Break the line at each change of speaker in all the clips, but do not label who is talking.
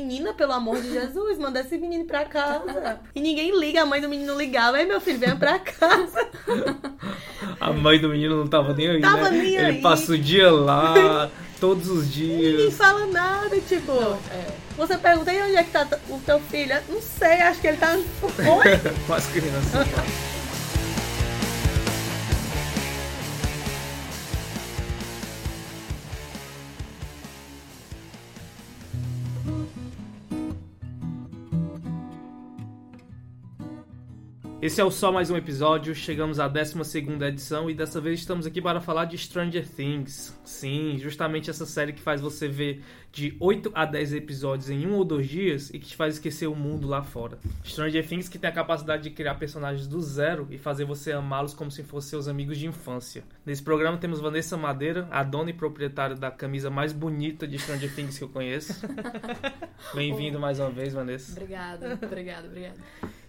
menina, pelo amor de Jesus, manda esse menino pra casa. E ninguém liga, a mãe do menino ligava, aí meu filho, venha pra casa.
A mãe do menino não tava nem aí,
Tava
né?
nem
Ele
aí.
passa o dia lá, todos os
Ninguém
dias.
fala nada, tipo.
É.
Você pergunta, e onde é que tá t- o teu filho? Não sei, acho que ele tá. Oi?
Com as crianças. Esse é o só mais um episódio, chegamos à 12ª edição e dessa vez estamos aqui para falar de Stranger Things. Sim, justamente essa série que faz você ver de 8 a 10 episódios em um ou dois dias e que te faz esquecer o mundo lá fora. Stranger Things que tem a capacidade de criar personagens do zero e fazer você amá-los como se fossem seus amigos de infância. Nesse programa temos Vanessa Madeira, a dona e proprietária da camisa mais bonita de Stranger Things que eu conheço. Bem-vindo mais uma vez, Vanessa.
Obrigada, obrigada, obrigada.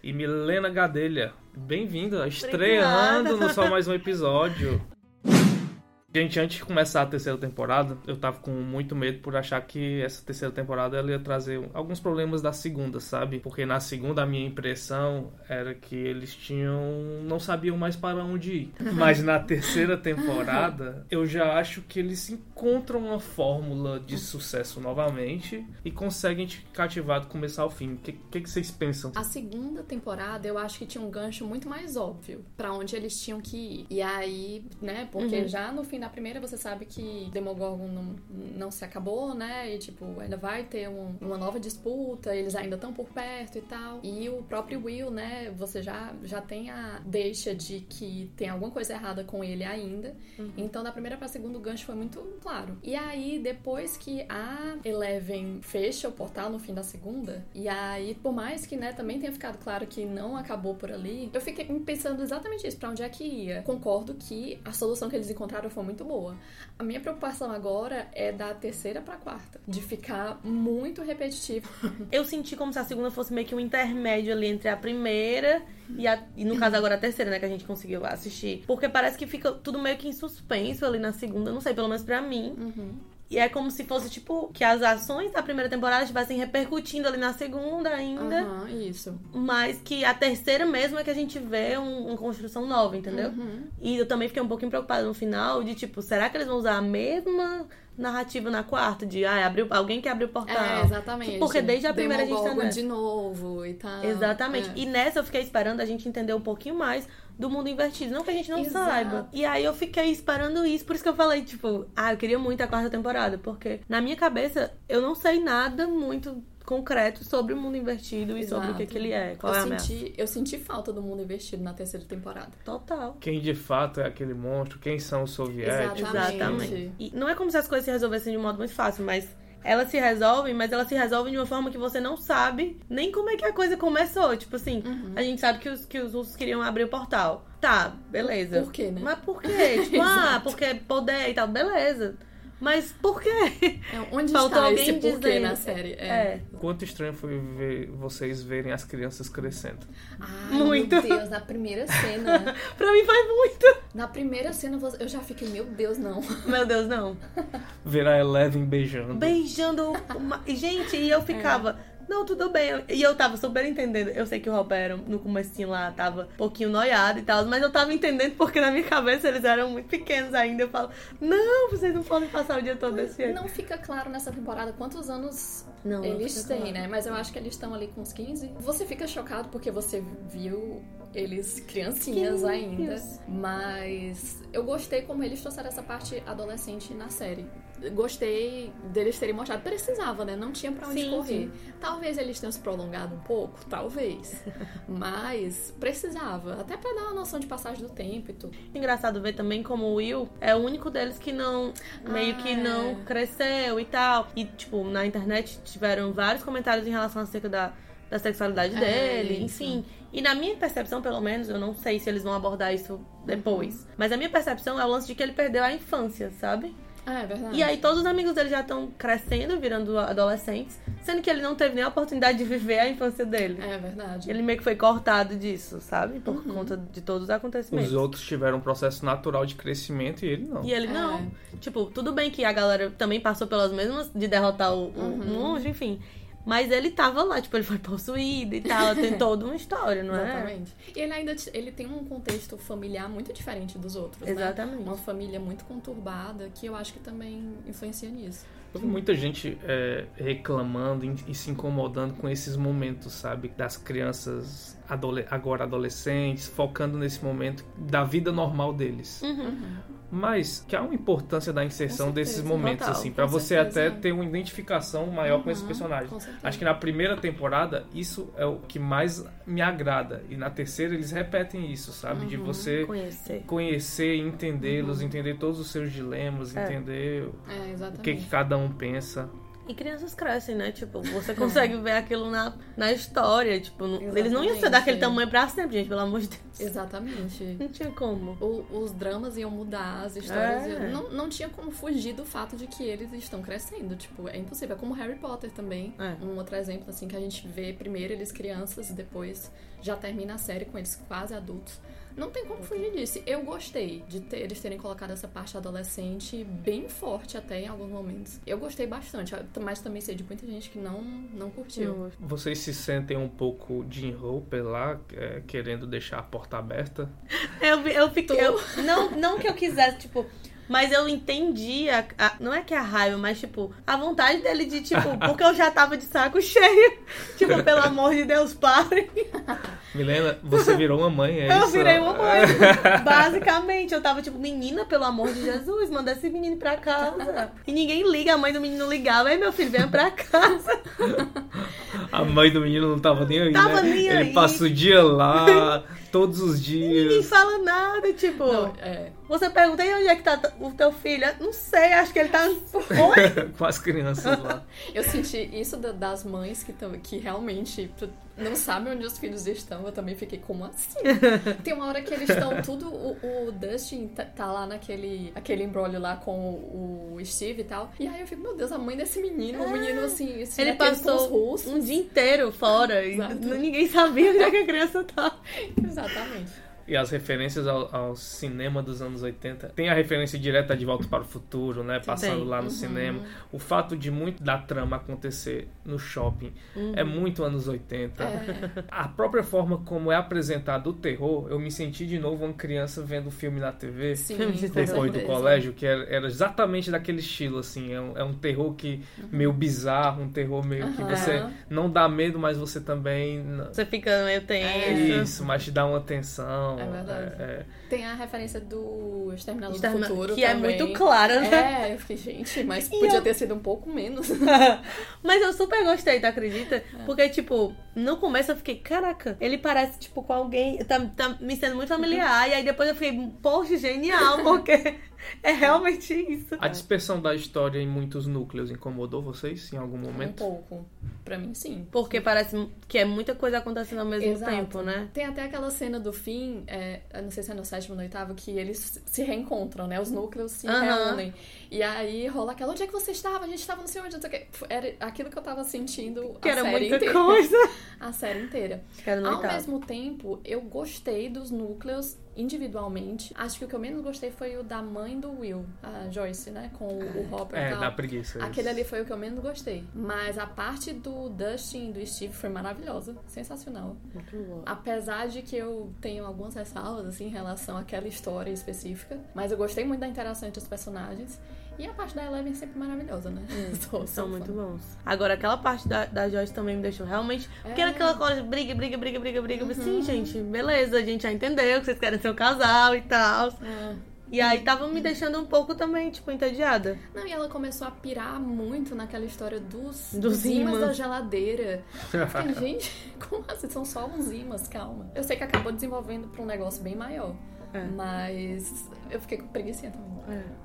E Milena Gadelha, bem-vinda, estreando no só mais um episódio. Gente, antes de começar a terceira temporada, eu tava com muito medo por achar que essa terceira temporada ela ia trazer alguns problemas da segunda, sabe? Porque na segunda a minha impressão era que eles tinham. não sabiam mais para onde ir. Mas na terceira temporada, eu já acho que eles encontram uma fórmula de sucesso novamente e conseguem te cativar do começar ao fim. O que, que, que vocês pensam?
A segunda temporada eu acho que tinha um gancho muito mais óbvio pra onde eles tinham que ir. E aí, né, porque
Uhum.
já no fim da primeira você sabe que Demogorgon não, não se acabou, né? E tipo, ainda vai ter um- uma nova disputa, eles ainda estão por perto e tal. E o próprio Will, né, você já, já tem a deixa de que tem alguma coisa errada com ele ainda. Então, da primeira pra segunda, o gancho foi muito claro. E aí, depois que a Eleven fecha o portal no fim da segunda, e aí, por mais que, né, também tenha ficado claro que não acabou por ali, eu fiquei pensando exatamente isso, pra onde é que ia. Concordo que a solução que eles encontraram foi muito boa. A minha preocupação agora é da terceira pra quarta, de ficar muito repetitivo.
Eu senti como se a segunda fosse meio que um intermédio ali entre a primeira e, a- e, no caso agora a terceira, né, que a gente conseguiu assistir. Porque parece que fica tudo meio que em suspenso ali na segunda, não sei, pelo menos pra mim. E é como se fosse, tipo, que as ações da primeira temporada estivessem repercutindo ali na segunda ainda.
Aham, isso.
Mas que a terceira mesmo é que a gente vê um- uma construção nova, entendeu?
Uhum.
E eu também fiquei um pouquinho preocupada no final de, tipo, será que eles vão usar a mesma narrativa na quarta? De, ah, abriu, alguém que abriu o portal.
É, exatamente.
Tá. Porque desde a primeira a gente tá
Demogorgon
nessa.
de novo e tal.
Exatamente.
É.
E nessa eu fiquei esperando a gente entender um pouquinho mais do mundo invertido. Não que a gente não
Exato.
saiba. E aí eu fiquei esperando isso. Por isso que eu falei, tipo, ah, eu queria muito a quarta temporada. Porque na minha cabeça eu não sei nada muito concreto sobre o mundo invertido e sobre o que,
Exato.
que ele é. Qual
Eu,
é a ameaça.
senti, eu senti falta do mundo invertido na terceira temporada.
Total.
quem de fato é aquele monstro, quem são os soviéticos.
Exatamente.
Exatamente. E não é como se as coisas se resolvessem de um modo muito fácil, mas elas se resolvem, mas elas se resolvem de uma forma que você não sabe nem como é que a coisa começou. Tipo assim,
Uhum.
a gente sabe que os, que os russos queriam abrir o portal. Tá, beleza.
Por quê, né?
Mas por quê? Tipo, ah, porque poder e tal, beleza. Mas por quê?
É, onde
Faltou
está
alguém
esse porquê
dizendo.
na série? É.
É.
Quanto estranho foi ver vocês verem as crianças crescendo.
Ai,
Muito.
Ah, meu Deus, na primeira cena.
Pra mim foi muito.
na primeira cena você- eu já fiquei, meu Deus, não.
Meu Deus, não.
Ver a Eleven beijando.
beijando. Uma... E, Gente, e
É.
eu ficava. Não, tudo bem. E eu tava super entendendo. Eu sei que o Roberto, no comecinho lá, tava um pouquinho noiado e tal, mas eu tava entendendo porque na minha cabeça eles eram muito pequenos ainda. Eu falo, não, vocês não podem passar o dia todo desse jeito.
Não fica claro nessa temporada quantos anos
Não, não
eles
fica
têm,
claro.
né? Mas eu acho que eles estão ali com uns 15. Você fica chocado porque você viu eles criancinhas
Crianças.
ainda. Mas eu gostei como eles trouxeram essa parte adolescente na série. Gostei deles terem mostrado. Precisava, né? Não tinha pra onde
Sim,
correr.
sim.
Talvez eles tenham se prolongado um pouco, talvez. Mas precisava. Até pra dar uma noção de passagem do tempo e tudo.
Engraçado ver também como o Will é o único deles que não. meio
Ah,
que
é.
não cresceu e tal. E, tipo, na internet tiveram vários comentários em relação acerca da, da sexualidade
É,
dele,
isso.
enfim. E na minha percepção, pelo menos, eu não sei se eles vão abordar isso depois.
Uhum.
Mas a minha percepção é o lance de que ele perdeu a infância, sabe?
Ah, é verdade.
E aí todos os amigos dele já estão crescendo, virando adolescentes, sendo que ele não teve nem a oportunidade de viver a infância dele.
É Uhum. verdade.
Ele meio que foi cortado disso, sabe? Por conta de todos os acontecimentos.
Os outros tiveram um processo natural de crescimento e ele não.
E ele
É. Uhum.
não. Tipo, tudo bem que a galera também passou pelas mesmas de derrotar o, o monge, enfim. Mas ele tava lá, tipo, ele foi possuído e tal. Tem toda uma história, não é?
Exatamente. E ele ainda t- ele tem um contexto familiar muito diferente dos outros, né?
Exatamente.
Uma família muito conturbada que eu acho que também influencia nisso.
Eu vi muita gente é, reclamando e, e se incomodando com esses momentos, sabe? Das crianças adole- agora adolescentes, focando nesse momento da vida normal deles.
Uhum.
Mas que há uma importância da inserção
Com certeza,
desses momentos,
total,
assim,
com
pra você
certeza.
até ter uma identificação maior com esses
Uhum,
personagens.
com certeza.
Acho que na primeira temporada isso é o que mais me agrada. E na terceira eles repetem isso, sabe?
Uhum.
De você
Conhecer.
conhecer e entendê-los, entender todos os seus dilemas,
Uhum. É.
entender
É,
o que, que
exatamente.
cada um pensa.
E crianças crescem, né? Tipo, você consegue ver aquilo na, na história. Tipo, não- eles não iam ser
Exatamente.
daquele tamanho pra sempre, gente, pelo amor de Deus.
Exatamente.
Não tinha como.
O- os dramas iam mudar, as histórias
É.
iam... Não, não tinha como fugir do fato de que eles estão crescendo. Tipo, é impossível. É como Harry Potter também.
É.
Um outro exemplo, assim, que a gente vê primeiro eles crianças e depois já termina a série com eles quase adultos. Não tem como fugir disso. Eu gostei de ter- eles terem colocado essa parte adolescente bem forte até em alguns momentos. Eu gostei bastante, mas também sei de muita gente que não, não curtiu.
Vocês se sentem um pouco Jim Hopper lá, é, querendo deixar a porta aberta?
Eu, vi- eu
Tu.
fiquei. eu- não, não que eu quisesse, tipo. Mas eu entendi, a, a- não é que a raiva, mas tipo, a vontade dele de, tipo, porque eu já tava de saco cheio. Tipo, pelo amor de Deus, parem.
Milena, você virou uma mãe, é
eu
isso?
virei uma mãe. Basicamente, eu tava tipo, menina, pelo amor de Jesus, manda esse menino pra casa. E ninguém liga, a mãe do menino ligava, ei meu filho, venha pra casa.
A mãe do menino não tava nem aí,
Tava
né?
nem
Ele
aí.
passa o dia lá, todos os
Ninguém
dias.
fala nada, tipo.
Não, é,
Você pergunta, e onde é que tá t- o teu filho? "Ah, Não sei, acho que ele tá. Oi?
com as crianças lá.
Eu senti isso da- das mães que, tão, que realmente tu- não sabem onde os filhos estão. Eu também fiquei, como assim? Tem uma hora que eles estão tudo. O, o Dustin tá, tá lá naquele aquele embrolho lá com o, o Steve e tal. E aí eu fico, meu Deus, a mãe desse menino, o menino assim, esse
Ah, Ele
daquele com os
passou
russos.
um dia inteiro fora e
Exato.
n- ninguém sabia onde é que a criança tava.
Exatamente.
E as referências ao, ao cinema dos anos 80. Tem a referência direta de Volta para o Futuro, né? Passando
tem.
lá no
Uhum.
cinema. O fato de muito da trama acontecer no shopping
Uhum.
é muito anos 80.
Ah,
É.
A própria forma como é apresentado o terror, eu me senti de novo uma criança vendo o filme na TV.
É, Sim,
Filme de
com
terror.
Depois do
certeza.
colégio, que era, era exatamente daquele estilo, assim. É um, é um terror que meio bizarro, um terror meio que
Uhum. Aham.
você não dá medo, mas você também. não-
Você fica meio tenso.
Isso, mas te dá uma tensão.
É verdade.
é-
Tem a referência do Exterminador do
Externa-
Futuro.
que é
também.
muito clara, né?
É, eu fiquei, gente, mas
E
podia
eu-
ter sido um pouco menos.
Mas eu super gostei, tu
É.
acredita? Porque, tipo, no começo eu fiquei, caraca, ele parece, tipo, com alguém. Tá, tá me sendo muito familiar. E aí depois eu fiquei, poxa, genial, porque é realmente isso.
A dispersão da história em muitos núcleos incomodou vocês em algum
Um
momento?
pouco. Pra mim, sim.
Porque parece que é muita coisa acontecendo ao mesmo
Exato.
tempo, né?
Tem até aquela cena do fim, é, eu não sei se é no sétimo ou no oitavo, que eles se reencontram, né? Os núcleos se
Aham.
reúnem. E aí rola aquela, onde é que você estava? A gente estava não sei onde, não sei o quê. Era aquilo que eu tava sentindo
Que
a
era
série
muita
inteira.
coisa. É
A série inteira.
Que era no
Ao
oitavo.
mesmo tempo, eu gostei dos núcleos individualmente. Acho que o que eu menos gostei foi o da mãe do Will, a Joyce, né? Com o, o Hopper e
É,
tal.
dá preguiça.
Aquele ali foi o que eu menos gostei. Mas a parte do Dustin e do Steve foi maravilhosa. Sensacional.
Muito bom.
Apesar de que eu tenho algumas ressalvas assim, em relação àquela história específica, mas eu gostei muito da interação entre os personagens. E a parte da Eleven é sempre maravilhosa, né? Sou- sou
Hum, São
fã.
muito bons. Agora, aquela parte da, da Joyce também me deixou realmente. Porque era
É.
aquela coisa, briga, briga, briga, briga, briga. Sim, gente, beleza, a gente já entendeu que vocês querem ser um casal e tal.
Ah.
E aí tava me deixando um pouco também, tipo, entediada.
Não, e ela começou a pirar muito naquela história dos,
Dos ímãs.
da geladeira. Eu fiquei, gente, como assim? São só uns ímãs, calma. Eu sei que acabou desenvolvendo pra um negócio bem maior,
É.
Uhum. mas eu fiquei com preguiça também.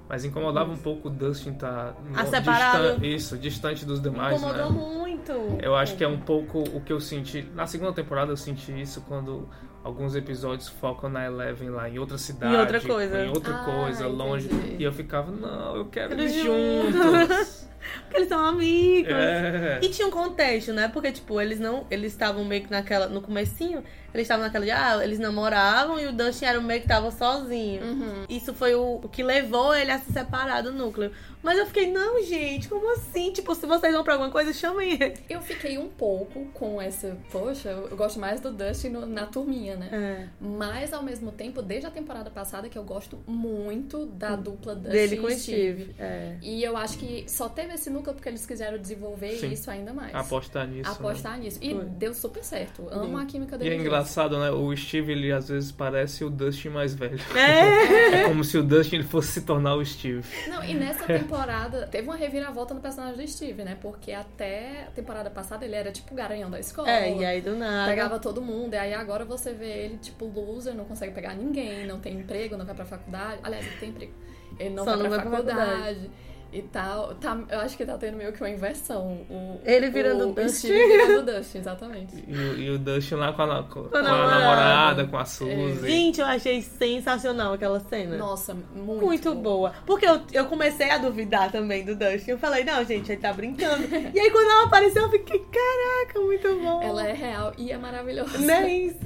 Mas incomodava um pouco o Dustin tá
Ah,
lo-
separado.
distan- isso, distante dos demais,
Incomodou
né?
muito.
é um Eu acho que é um pouco o que eu senti. Na segunda temporada eu senti isso quando alguns episódios focam na Eleven lá em outra cidade, tipo,
Em outra coisa.
em outra
Ah,
coisa, longe.
entendi.
E eu ficava, não, eu quero
Quero
eles
juntos."
juntos.
Porque eles são amigos.
é.
E tinha um contexto, né? Porque, tipo, eles não. Eles estavam meio que naquela. No comecinho, eles estavam naquela de. Ah, eles namoravam e o Dustin era o meio que tava sozinho.
Uhum.
Isso foi o, o que levou ele a se separar do núcleo. Mas eu fiquei, não, gente, como assim? Tipo, se vocês vão pra alguma coisa, chamem ele.
Eu fiquei um pouco com essa. Poxa, eu gosto mais do Dustin no- na turminha, né?
É.
Mas ao mesmo tempo, desde a temporada passada, que eu gosto muito da dupla Dustin
Hum, Dele
e
com o Steve. É.
E eu acho que só teve esse núcleo porque eles quiseram desenvolver
Sim.
isso ainda mais.
Apostar nisso. né?
Apostar nisso. E
Foi.
deu super certo. Amo
Deu.
a química
E
deles.
é engraçado, né? O Steve, ele às vezes parece o Dustin mais velho.
É.
É como se o Dustin ele fosse se tornar o Steve.
Não, e nessa temporada teve uma reviravolta no personagem do Steve, né? Porque até a temporada passada ele era tipo o garanhão da escola.
É, e aí do nada.
Pegava todo mundo, e aí agora você vê ele, tipo, loser, não consegue pegar ninguém, não tem emprego, não vai pra faculdade. Aliás, ele tem emprego. Ele não
Só
vai
não
pra
vai pra
faculdade. E tal. Tá, eu acho que tá tendo meio que uma inversão. O,
Ele virando
o,
o
Steve virando o Dustin, exatamente.
E, o- e o Dustin lá com a, com, com a
namorada. É.
namorada, com a Suzy.
Gente, eu achei sensacional aquela cena.
Nossa, muito.
Né? Muito boa. Porque eu, eu comecei a duvidar também do Dustin. Eu falei, não, gente, ele tá brincando. e aí quando ela apareceu, eu fiquei, caraca, muito bom. Né?
Ela é real e é maravilhosa.
Nem isso.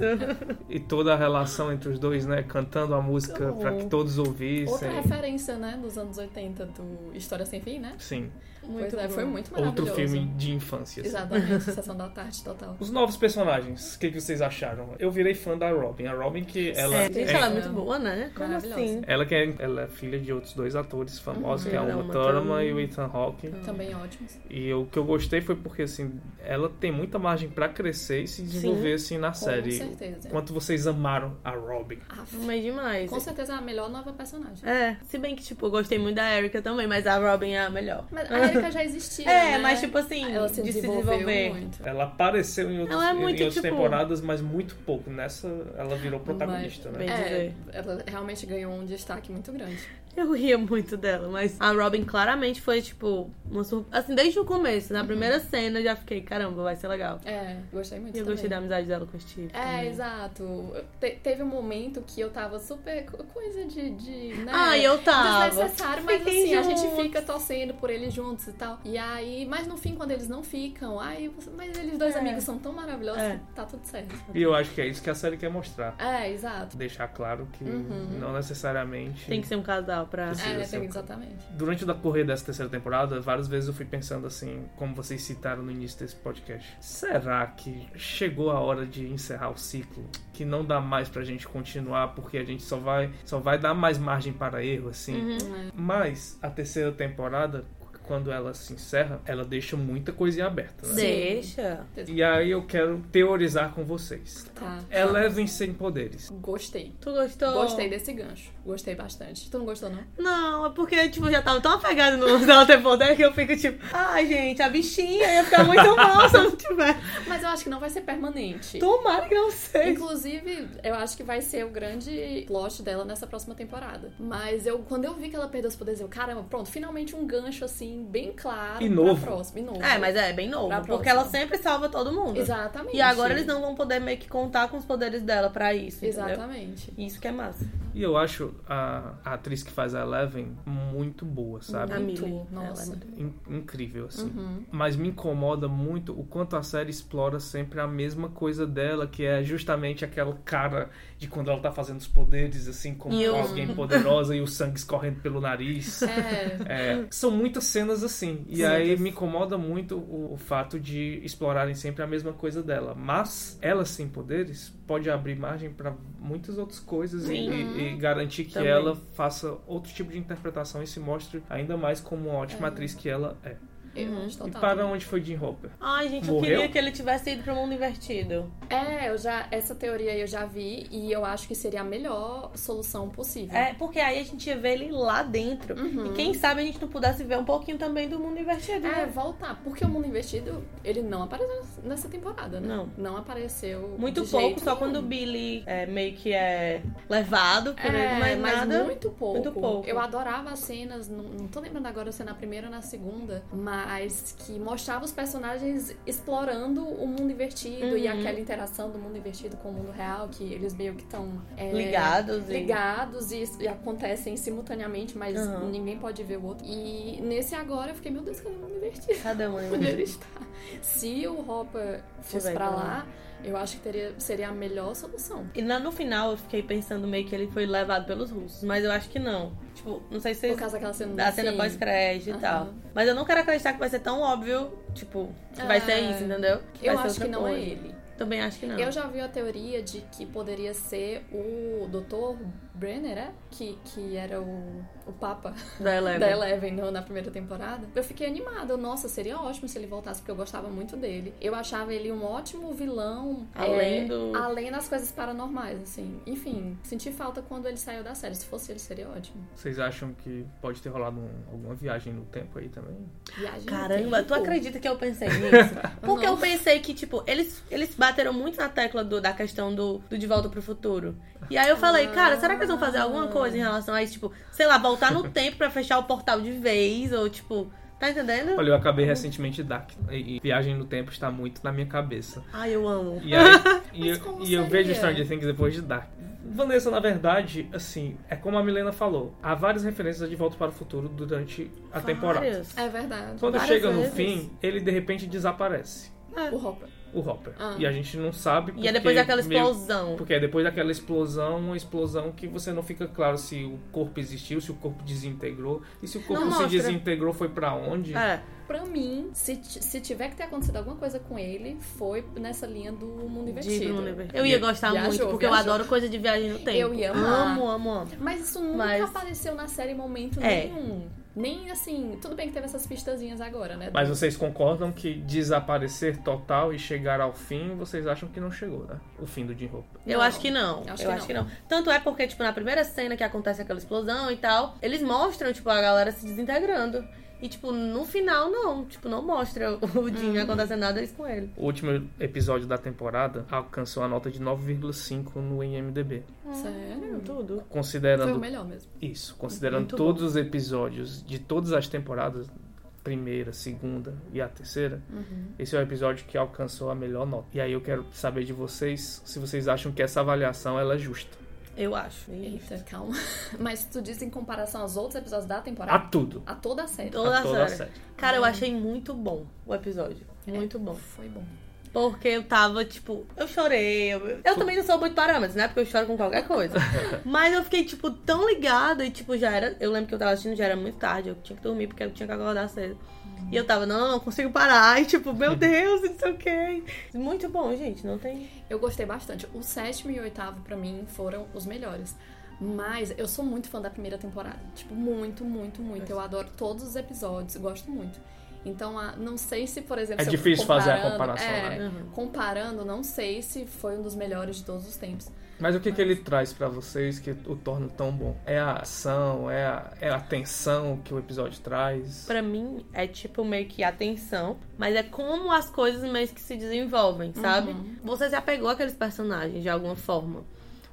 E toda a relação entre os dois, né? Cantando a música
Muito
pra que todos
Outra
ouvissem.
referência, né, dos anos 80 do História Sem Fim, né?
Sim.
Pois é, foi muito maravilhoso.
Outro filme de infância. assim.
Exatamente, Sessão da Tarde total.
Os novos personagens, o que, que vocês acharam? Eu virei fã da Robin. A Robin que ela
É,
é,
gente, ela é muito boa, né? Como
Maravilhosa.
assim?
ela que é, ela é filha de outros dois atores famosos,
Uhum.
que é a
Ela é
Uma
uma
Thurman
Thurman.
e o Ethan Hawke.
Também ótimos.
E o que eu gostei foi porque assim, ela tem muita margem pra crescer e se desenvolver assim na
Com
série.
certeza.
Quanto vocês amaram a Robin?
Aff.
Mas demais.
Com certeza é a melhor nova personagem.
É, se bem que, tipo, eu gostei muito da Erika também, mas a Robin é a melhor.
Mas a Erika já existia.
É,
né?
mas tipo assim,
ela se
de se
desenvolveu
desenvolver.
muito.
Ela apareceu em outras,
Ela é
em
muito,
outras
tipo-
temporadas, mas muito pouco. Nessa, ela virou protagonista,
Mas-
né?
Bem
É,
dizer.
ela realmente ganhou um destaque muito grande.
Eu ria muito dela, mas a Robin claramente foi, tipo, uma sur... assim, desde o começo, na primeira cena eu já fiquei, caramba, vai ser legal.
É, gostei muito
E eu
também.
gostei da amizade dela com o Steve.
É,
também.
exato. Te- teve um momento que eu tava super co- coisa de. de né?
Ah, e eu tava.
Desnecessário, mas
Fiquem
assim, a gente
juntos.
fica torcendo por eles juntos e tal. E aí, mas no fim, quando eles não ficam, aí, você- mas eles dois
É.
amigos são tão maravilhosos
É.
que tá tudo certo.
E eu acho que é isso que a série quer mostrar.
É, exato.
Deixar claro que
Uhum.
não necessariamente.
Tem que ser um casal pra.
Sim,
É,
sim.
tem- exatamente.
Durante o correr dessa terceira temporada, várias vezes eu fui pensando assim, como vocês citaram no início desse podcast. Será que chegou a hora de encerrar o ciclo? Que não dá mais pra gente continuar, porque a gente só vai, só vai dar mais margem para erro, assim.
Uhum.
Mas a terceira temporada, quando ela se encerra, ela deixa muita coisa em aberto, né?
Sim.
Deixa.
E aí eu quero teorizar com vocês.
Tá.
Elevem sem poderes.
Gostei.
Tu gostou?
Gostei desse gancho. Gostei bastante. Tu não gostou, não?
Não, é porque, tipo, eu já tava tão apegada no Zelda Temple que eu fico tipo, ai, gente, a bichinha ia ficar muito mal se eu não tiver.
Mas eu acho que não vai ser permanente.
Tomara que não seja.
Inclusive, eu acho que vai ser o grande plot dela nessa próxima temporada. Mas eu, quando eu vi que ela perdeu os poderes, eu, caramba, pronto, finalmente um gancho assim, bem claro.
E novo.
Pra próxima, e novo.
É, mas é bem novo,
Pra
porque
próxima.
ela sempre salva todo mundo.
Exatamente.
E agora eles não vão poder meio que contar com os poderes dela pra isso, entendeu?
Exatamente.
Isso que é massa.
E eu acho a, a atriz que faz a Eleven muito boa, sabe?
A
Muito,
Millie, ela
nossa.
é muito
In- incrível, assim.
Uhum.
Mas me incomoda muito o quanto a série explora sempre a mesma coisa dela, que é justamente aquela cara de quando ela tá fazendo os poderes, assim, como
E eu-
alguém poderosa e o sangue escorrendo pelo nariz.
É.
É, são muitas cenas assim. E
Sim.
aí me incomoda muito o, o fato de explorarem sempre a mesma coisa dela. Mas ela sem poderes pode abrir margem pra muitas outras coisas e,
Sim.
e- e garantir que
Uhum. Também.
ela faça outro tipo de interpretação e se mostre ainda mais como uma ótima
É.
atriz que ela é.
Eu
Uhum.
acho
E
total.
para onde foi Jim Hopper?
Ai, gente, eu
Morreu?
queria que ele tivesse ido pro mundo invertido.
É, eu já, essa teoria eu já vi e eu acho que seria a melhor solução possível.
É, porque aí a gente ia ver ele lá dentro.
Uhum.
E quem sabe a gente não pudesse ver um pouquinho também do mundo invertido,
É,
né?
voltar. Porque o mundo investido, ele não apareceu nessa temporada, né?
Não.
Não apareceu.
Muito
de
pouco,
jeito
só quando o
nenhum.
Billy é, meio que é levado por
É,
ele, né? mas,
mas
nada.
muito pouco.
muito pouco.
Eu adorava as cenas, não, não tô lembrando agora se é na primeira ou na segunda, mas atrás que mostrava os personagens explorando o mundo invertido e
Uhum.
aquela interação do mundo invertido com o mundo real, que eles meio que estão
Ligados. e-
ligados e, e acontecem simultaneamente, mas
Aham.
ninguém pode ver o outro. E nesse agora eu fiquei, meu Deus, cadê o mundo invertido?
Cadê a mãe?
Onde ele está? Se o Hopper
Uhum.
fosse
Tiver
pra
pra
lá, eu acho que teria, seria a melhor solução.
E lá no final eu fiquei pensando meio que ele foi levado pelos russos, mas eu acho que não. Tipo, não sei se
Por
vocês
causa daquela cena
da
do
cena
fim.
pós-crédito
Aham.
e tal. Mas eu não quero acreditar que vai ser tão óbvio, tipo, que vai
Ah,
ser isso, entendeu? Que
Eu
vai ser
acho
outra
que não é
coisa.
ele.
Também acho que não.
Eu já vi a teoria de que poderia ser o Dr. Brenner, é? Que, que era o, o Papa
Da Eleven.
da Eleven no- na primeira temporada. Eu fiquei animada. Eu, Nossa, seria ótimo se ele voltasse, porque eu gostava muito dele. Eu achava ele um ótimo vilão. é,
Além do-
Além das coisas paranormais, assim. Enfim, senti falta quando ele saiu da série. Se fosse ele, seria ótimo.
Vocês acham que pode ter rolado um- alguma viagem no tempo aí também?
Viagem no
Caramba,
tempo.
tu acredita que eu pensei nisso? Porque
Não.
eu pensei que, tipo, eles, eles bateram muito na tecla do- da questão do, do De Volta pro Futuro. E aí eu falei,
Ah.
cara, será que eles vão fazer alguma coisa em relação a isso? Tipo, sei lá, voltar no tempo pra fechar o portal de vez, ou tipo, tá entendendo?
Olha, eu acabei recentemente Dark e, e Viagem no Tempo está muito na minha cabeça.
Ai, eu amo.
E, aí- e
Mas
eu-
como
e eu
seria?
vejo Stranger Things depois de Dark. Vanessa, na verdade, assim, é como a Milena falou, há várias referências de Volta para o Futuro durante a temporada.
Vários.
É verdade.
Quando
várias
chega no
vezes.
fim, ele de repente desaparece,
O Hopper.
o Hopper.
Ah.
E a gente não sabe
E é depois
porque
daquela
meio-
explosão.
Porque é depois daquela explosão, uma explosão que você não fica claro se o corpo existiu, se o corpo desintegrou. E se o corpo
Não
se
mostra.
desintegrou, foi pra onde?
É,
Pra mim, se, t- se tiver que ter acontecido alguma coisa com ele, foi nessa linha do mundo
de
invertido.
Bruno Lever- eu ia gostar
Viajou,
muito, porque
viajou.
eu adoro coisa de viagem no tempo.
Eu ia amar.
Amo, amo, amo.
Mas isso nunca
Mas-
apareceu na série em momento
É.
nenhum. Nem assim, tudo bem que teve essas pistazinhas agora, né?
Mas vocês concordam que desaparecer total e chegar ao fim, vocês acham que não chegou, né? O fim do Jim Hope.
Eu
Não.
acho que não.
Acho
eu
que
acho que não. Tanto é porque, tipo, na primeira cena que acontece aquela explosão e tal, eles mostram, tipo, a galera se desintegrando. E, tipo, no final, não. Tipo, não mostra o o
Hum.
Jim acontecendo nada isso com ele.
O último episódio da temporada alcançou a nota de 9,5 no IMDB.
É. Sério?
Tudo.
Foi o
Considerando
melhor mesmo.
isso, considerando
Muito bom.
todos os episódios de todas as temporadas, primeira, segunda e a terceira,
Uhum.
esse é o episódio que alcançou a melhor nota. E aí eu quero saber de vocês se vocês acham que essa avaliação ela é justa.
Eu acho. Isso.
Eita, calma. Mas tu diz em comparação aos outros episódios da temporada?
A tudo.
A toda a série.
Toda
a toda a
série.
série.
Cara, eu achei muito bom o episódio.
É.
Muito bom.
Foi bom.
Porque eu tava, tipo, eu chorei. Eu, eu também não sou muito parâmetros, né? Porque eu choro com qualquer coisa. Mas eu fiquei, tipo, tão ligada e, tipo, já era. Eu lembro que eu tava assistindo, já era muito tarde. Eu tinha que dormir porque eu tinha que acordar cedo. E eu tava, não, não consigo parar. E, tipo, meu Deus, não sei o quê. Muito bom, gente. Não tem.
Eu gostei bastante. O sétimo e o oitavo, pra mim, foram os melhores. Mas eu sou muito fã da primeira temporada. Tipo, muito, muito, muito. Eu adoro todos os episódios, gosto muito. Então, a- não sei se, por exemplo.
É
se eu
difícil fazer a
comparando-
comparação,
é,
né?
Uhum.
Comparando, não sei se foi um dos melhores de todos os tempos.
Mas o que, que ele traz pra vocês que o torna tão bom? É a ação, é a, é a tensão que o episódio traz.
Pra mim, é tipo meio que atenção, mas é como as coisas meio que se desenvolvem, sabe? Você se apegou àqueles personagens de alguma forma.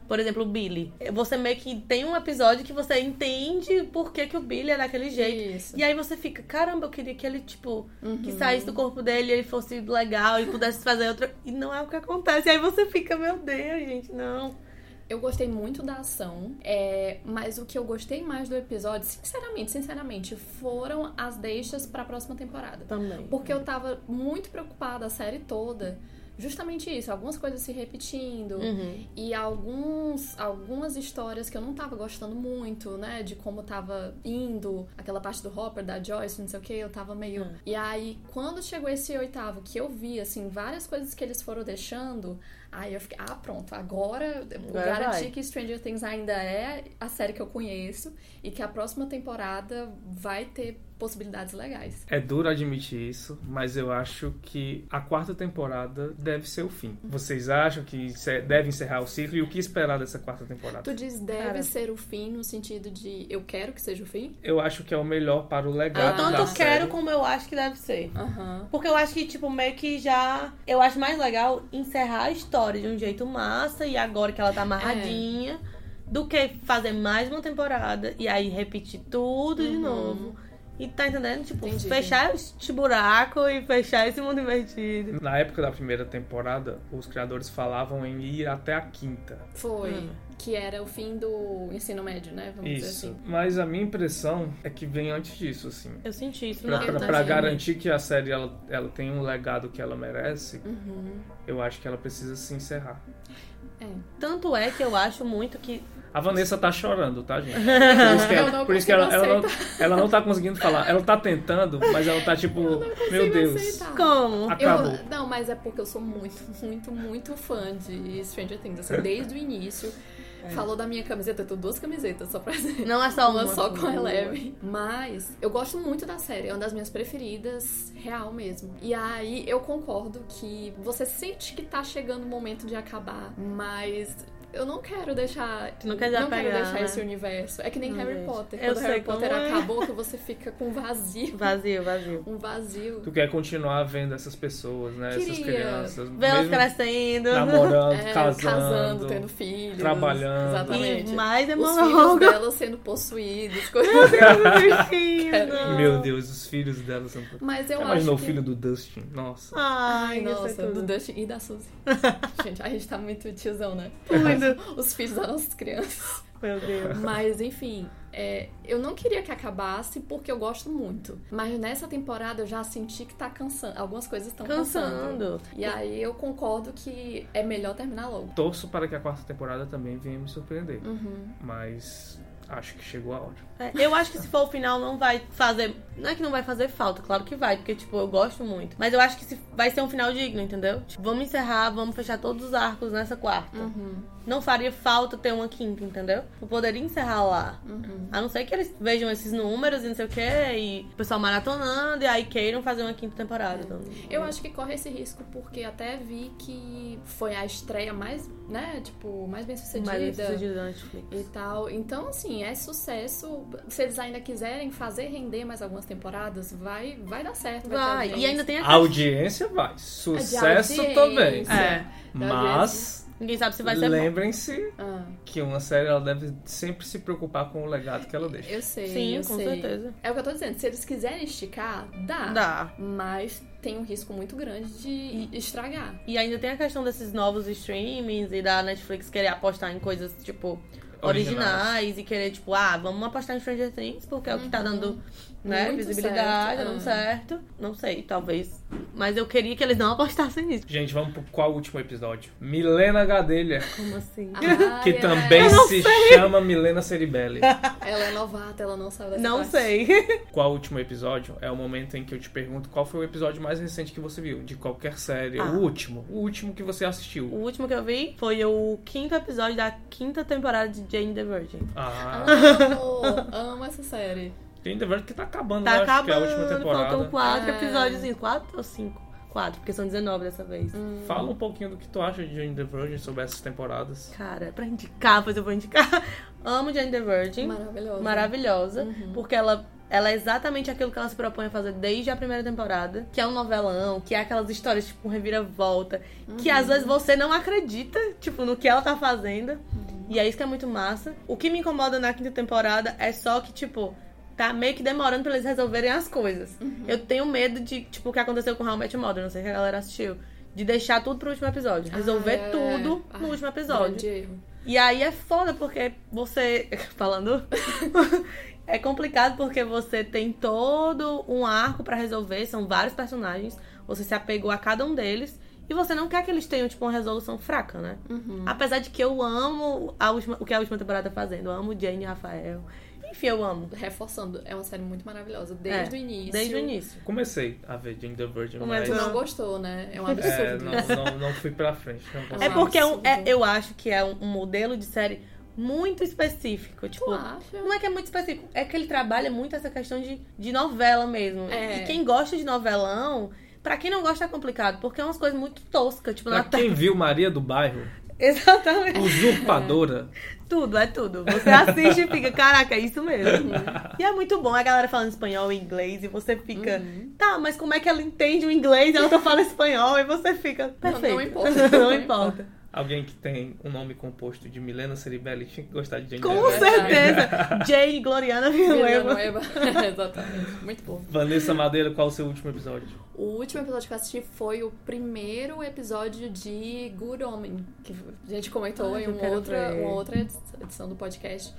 Por exemplo, o Billy. Você meio que tem um episódio que você entende por que, que o Billy é daquele jeito.
Isso.
E aí você fica, caramba, eu queria que ele, tipo, que saísse do corpo dele e ele fosse legal e pudesse fazer outra. E não é o que acontece. E aí você fica, meu Deus, gente, não.
Eu gostei muito da ação, é, mas o que eu gostei mais do episódio, sinceramente, sinceramente, foram as deixas pra próxima temporada.
Também.
Porque eu tava muito preocupada a série toda. Justamente isso, algumas coisas se repetindo
Uhum.
e alguns, algumas histórias que eu não tava gostando muito, né? De como tava indo, aquela parte do Hopper, da Joyce, não sei o que, eu tava meio.
Hum.
E aí, quando chegou esse oitavo, que eu vi, assim, várias coisas que eles foram deixando, aí eu fiquei, ah, pronto, agora eu
Agora
garanti
vai.
que Stranger Things ainda é a série que eu conheço e que a próxima temporada vai ter possibilidades legais.
É duro admitir isso, mas eu acho que a quarta temporada deve ser o fim. Vocês acham que se- deve encerrar o ciclo e o que esperar dessa quarta temporada?
Tu diz deve
Cara.
ser o fim no sentido de eu quero que seja o fim?
Eu acho que é o melhor para o legado
Eu tanto
da
quero
série.
como eu acho que deve ser.
Aham.
Porque eu acho que, tipo, meio que já. Eu acho mais legal encerrar a história de um jeito massa e agora que ela tá amarradinha. Do que fazer mais uma temporada e aí repetir tudo de
Uhum.
novo. E tá entendendo? Tipo,
Entendi,
fechar este buraco e fechar esse mundo invertido.
Na época da primeira temporada, os criadores falavam em ir até a quinta.
Foi.
Hum.
Que era o fim do ensino médio, né? Vamos
Isso.
dizer assim.
Mas a minha impressão é que vem antes disso, assim.
Eu senti isso
Pra,
na
Eu
pra-
tô
pra
achando.
garantir que a série ela, ela tem um legado que ela merece,
Uhum.
eu acho que ela precisa se encerrar.
É.
Tanto é que eu acho muito que.
A Vanessa tá chorando, tá, gente? Por isso que,
Eu
ela-
não
por isso que ela,
consigo
ela não, ela não tá conseguindo falar. Ela tá tentando, mas ela tá tipo, meu
Consigo
Deus.
aceitar.
Como?
A- Acabou.
Eu, não, mas é porque eu sou muito, muito, muito fã de Stranger Things, assim, desde o início. Falou da minha camiseta, eu tenho duas camisetas só pra dizer.
Não é só uma.
Uma só com a
Duas.
Eleven. Mas eu gosto muito da série, é uma das minhas preferidas, real mesmo. E aí eu concordo que você sente que tá chegando o momento de acabar, mas eu não quero deixar.
Tu não quer desapegar,
quero deixar
né?
esse universo. É que nem
Não
Harry
deixa.
Potter.
Eu
Quando
sei
Harry Potter
como é.
acabou, que você fica com um vazio.
Vazio, vazio.
Um vazio.
Tu quer continuar vendo essas pessoas, né? Essas
Queria.
crianças.
Vê elas
mesmo
crescendo.
namorando,
É,
casando.
tendo filhos,
trabalhando.
E
Exatamente.
mais é
Os filhos
demorou.
dela sendo possuídos, coisas.
Meu Deus, os filhos dela são. Já
Mas eu acho
Imaginou o
que...
É filho do Dustin? Nossa.
Ai, é
Ai, nossa, do
tudo.
Dustin e da Suzy. gente, a gente tá muito tiozão, né? Os filhos das nossas crianças.
Meu Deus.
Mas, enfim, é, eu não queria que acabasse porque eu gosto muito. Mas nessa temporada eu já senti que tá cansando. Algumas coisas estão cansando.
Cansando.
E aí eu concordo que é melhor terminar logo.
Torço para que a quarta temporada também venha me surpreender.
Uhum.
Mas acho que chegou a hora.
É, Eu acho que se for o final não vai fazer. Não é que não vai fazer falta, claro que vai, porque, tipo, eu gosto muito. Mas eu acho que se- vai ser um final digno, entendeu? Tipo, vamos encerrar, vamos fechar todos os arcos nessa quarta.
Uhum.
Não faria falta ter uma quinta, entendeu? Eu poderia encerrar lá.
Uhum.
A não ser que eles vejam esses números e não sei o quê, e o pessoal maratonando, e aí queiram fazer uma quinta temporada. Então,
Eu acho que corre esse risco, porque até vi que foi a estreia mais, né, tipo, mais bem
que
sucedida.
mais sucedido da Netflix.
E tal. Então, assim, é sucesso. Se eles ainda quiserem fazer render mais algumas temporadas, vai, vai dar certo. ter
Vai, e
audiência.
ainda tem a
A audiência vai. Sucesso
audiência.
também.
É.
Mas
Ninguém sabe se vai ser bom.
lembrem-se
Ah,
que uma série ela deve sempre se preocupar com o legado que ela deixa.
eu sei.
Sim,
eu
com
sei. Tá.
certeza.
É o que eu tô dizendo. Se eles quiserem esticar, dá.
Dá.
Mas tem um risco muito grande de estragar.
E ainda tem a questão desses novos streamings e da Netflix querer apostar em coisas, tipo, originais, e querer, tipo, ah, vamos apostar em Stranger Things, porque é o que tá
Uhum.
dando, né,
Muito
visibilidade,
certo,
dando
ah.
certo. Não sei, talvez. Mas eu queria que eles não apostassem nisso.
Gente, vamos pro qual último episódio? Milena Gadelha,
Como assim?
Ah,
que
ela-
também se chama Milena Ceribelli.
Ela é novata, ela não sabe dessa
Não
parte.
sei.
qual último episódio é o momento em que eu te pergunto qual foi o episódio mais recente que você viu, de qualquer série,
Ah.
o último, o último que você
O
assistiu.
último que eu vi foi o quinto episódio da quinta temporada de Jane the Virgin.
Ah,
Amo, amo essa série.
tem The Verge que tá acabando,
Tá
né? acho que é a
acabando, um
última
faltam
temporada.
quatro
Ah.
episódios, quatro ou cinco? Quatro, porque são 19 dessa vez.
Fala um pouquinho do que tu acha de Jane The Virgin sobre essas temporadas.
Cara, pra indicar, pois eu vou indicar. Amo Jane the Virgin.
Maravilhosa. Uhum.
maravilhosa, porque ela ela é exatamente aquilo que ela se propõe a fazer desde a primeira temporada, que é um novelão, que é aquelas histórias tipo um reviravolta, que
Uhum.
às vezes você não acredita, tipo, no que ela tá fazendo.
Uhum.
E é isso que é muito massa. O que me incomoda na quinta temporada é só que tipo tá meio que demorando pra eles resolverem as coisas.
Uhum.
Eu tenho medo de, tipo, o que aconteceu com How I Met Your Mother, não sei se a galera assistiu, de deixar tudo pro último episódio, resolver
Ah, é.
tudo no
Ai,
último episódio.
Grande erro.
E aí é foda porque você. Falando. é complicado porque você tem todo um arco pra resolver, são vários personagens, você se apegou a cada um deles. E você não quer que eles tenham, tipo, uma resolução fraca, né? Apesar de que eu amo a última- o que a última temporada tá fazendo. Eu amo Jane e Rafael. Enfim, eu amo.
Reforçando, é uma série muito maravilhosa.
É,
Desde o início.
Desde o início.
Comecei a ver Jane The Virgin, mas
Começou.
Não gostou, né? É um
é,
absurdo.
não, não, não fui pra frente. Não consegui.
É porque é um- é-
absurdo.
eu acho que é um, um modelo de série muito específico. Tipo,
Tu acha?
Não é que é muito específico, é que ele trabalha muito essa questão de, de novela mesmo.
É.
E quem gosta de novelão, pra quem não gosta é complicado, porque é umas coisas muito toscas, tipo,
Pra
na
quem viu Maria do Bairro,
Exatamente.
usurpadora,
Tudo, é tudo. Você assiste e fica, caraca, é isso mesmo. e é muito bom, a galera falando espanhol e inglês, e você fica,
Uhum.
tá, mas como é que ela entende o inglês? Ela só fala espanhol, e você fica,
Não-
perfeito.
não importa.
não importa.
Alguém que tem um nome composto de Milena Ceribelli tinha que gostar
É
de Jane
Com
Villanueva.
certeza! Jane Gloriana Villanueva.
Villanueva. Exatamente. Muito bom.
Vanessa Madeira, qual o seu último episódio?
O último episódio que eu assisti foi o primeiro episódio de Good Homem, que a gente comentou
Ai,
em
eu
uma
quero
outra,
ver.
uma outra edi- edição do podcast.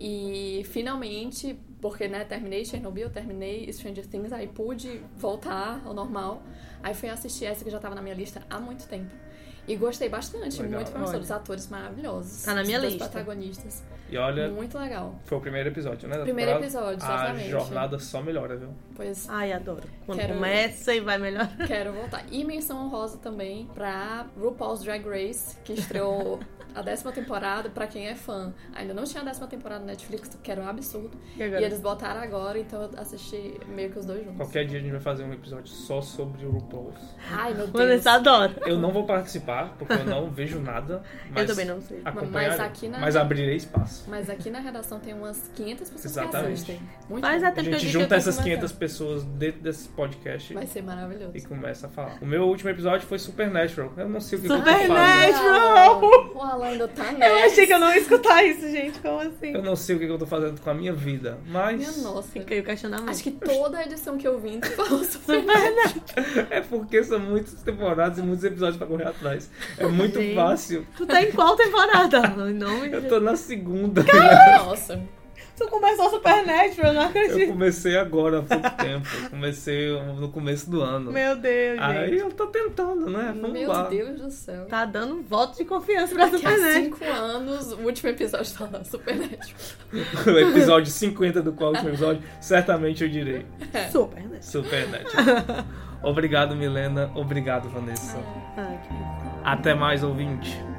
E finalmente, porque né, terminei Chernobyl, terminei Stranger Things, aí pude voltar ao normal. Aí fui assistir essa que já tava na minha lista há muito tempo. E gostei bastante,
Legal.
muito promissor,
Olha.
os atores maravilhosos.
Tá na minha
os dois
lista.
protagonistas.
E olha,
Muito legal.
foi o primeiro episódio, né? da
Primeiro
temporada.
episódio,
A
exatamente.
jornada só melhora, viu?
Pois
Ai, adoro. Quando
Quero-
começa e vai melhor.
Quero voltar. E menção honrosa também pra RuPaul's Drag Race, que estreou a décima temporada, pra quem é fã. Ainda não tinha a décima temporada na Netflix, que era um absurdo.
E
E eles botaram agora, então eu assisti meio que os dois juntos.
Qualquer dia a gente vai fazer um episódio só sobre o RuPaul's.
Ai, meu Deus.
Vanessa adora.
Eu não vou participar, porque eu não vejo nada. Mas
Eu também não sei.
Acompanharei,
Mas aqui na-
mas abrirei espaço.
Mas aqui na redação tem umas 500 pessoas
Exatamente.
que assistem. Muito
Mas
bom.
até
A
porque eu digo
gente
que eu
junta
tô
essas
começando.
500 pessoas dentro desse podcast
Vai ser maravilhoso.
e começa a falar. O meu último episódio foi Supernatural. Eu não sei o que eu tô
Supernatural!
fazendo.
Pedro!
O Alan ainda tá
Eu
nerd.
achei que eu não ia escutar isso, gente. Como assim?
Eu não sei o que eu tô fazendo com a minha vida, mas
Minha nossa.
Fiquei o questionamento.
Acho que toda a edição que eu vim tu falou sobre
né?
é porque são muitas temporadas e muitos episódios pra correr atrás. É muito
Gente.
fácil.
Tu tá em qual temporada? Em nome de
Eu tô na segunda.
Nossa.
Tu começou Supernatural, não
Eu
acredito.
comecei agora há pouco tempo. Eu comecei no começo do ano.
Meu Deus,
Aí
gente.
eu tô tentando, né? Vamos
Meu
lá.
Deus do céu.
Tá dando um voto de confiança pra
Que há
Supernatural.
5 anos, o último episódio tá lá, Supernatural.
O episódio 50 do qual último episódio, certamente eu direi.
Supernatural.
Supernatural. Obrigado, Milena. Obrigado, Vanessa.
Ai, Ah, que
Até mais, ouvinte.